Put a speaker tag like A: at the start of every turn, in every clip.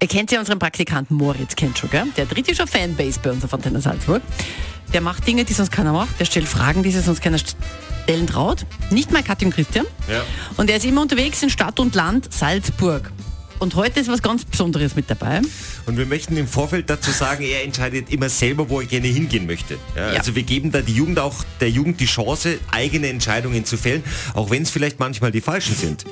A: Ihr kennt ja unseren Praktikanten Moritz, kennt schon, gell? Der hat richtig schon Fanbase bei uns auf Antenne Salzburg. Der macht Dinge, die sonst keiner macht. Der stellt Fragen, die sich sonst keiner stellen traut. Nicht mal Katja und Christian.
B: Ja.
A: Und er ist immer unterwegs in Stadt und Land Salzburg. Und heute ist was ganz Besonderes mit dabei.
B: Und wir möchten im Vorfeld dazu sagen, er entscheidet immer selber, wo er gerne hingehen möchte. Ja,
A: Ja.
B: Also wir geben da die Jugend auch der Jugend die Chance, eigene Entscheidungen zu fällen, auch wenn es vielleicht manchmal die falschen sind.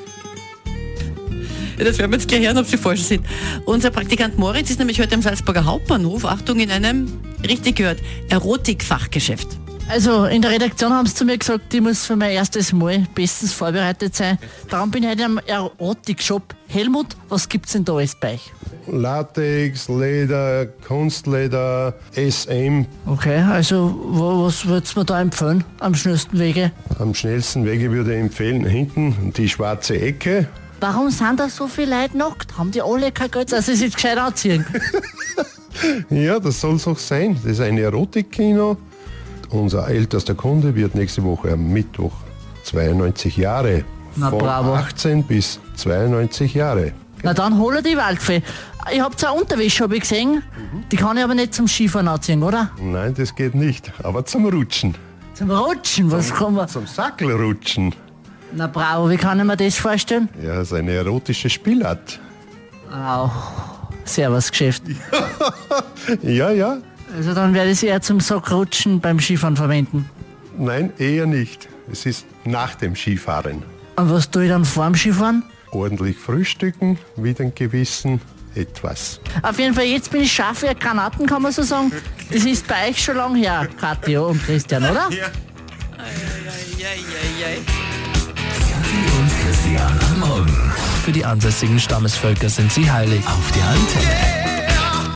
A: Ja, Das werden wir jetzt gleich hören, ob sie falsch sind. Unser Praktikant Moritz ist nämlich heute im Salzburger Hauptbahnhof, Achtung, in einem, richtig gehört, Erotikfachgeschäft.
C: Also in der Redaktion haben sie zu mir gesagt, ich muss für mein erstes Mal bestens vorbereitet sein. Darum bin ich heute am Erotik-Shop. Helmut, was gibt's denn da alles bei euch?
D: Latex, Leder, Kunstleder, SM.
C: Okay, also wo, was würdest du mir da empfehlen am schnellsten Wege?
D: Am schnellsten Wege würde ich empfehlen, hinten die schwarze Ecke.
C: Warum sind da so viele Leute nackt? Haben die alle kein Geld, dass sie sich gescheit anziehen?
D: Ja, das soll es auch sein. Das ist ein Erotikkino. Unser ältester Kunde wird nächste Woche am Mittwoch 92 Jahre.
C: Na,
D: Von
C: bravo.
D: 18 bis 92 Jahre.
C: Na dann hol er die Waldfee. Ich hab's auch Unterwäsche, hab ich gesehen. Die kann ich aber nicht zum Skifahren anziehen, oder?
D: Nein, das geht nicht. Aber zum Rutschen.
C: Zum Rutschen, was kann man...
D: Zum Sackelrutschen.
C: Na bravo, wie kann ich mir das vorstellen?
D: Ja, das ist eine erotische Spielart.
C: Au, servus Geschäft.
D: Ja, ja.
C: Also dann werde ich sie eher zum Sockrutschen beim Skifahren verwenden.
D: Nein, eher nicht. Es ist nach dem Skifahren.
C: Und was tue ich dann vorm Skifahren?
D: ordentlich frühstücken, wieder ein gewissen etwas.
C: Auf jeden Fall, jetzt bin ich scharf wie Granaten, kann man so sagen. Das ist bei euch schon lang her, Katja und Christian, oder?
B: Ja.
E: Für die ansässigen Stammesvölker sind sie heilig. Auf der Antenne.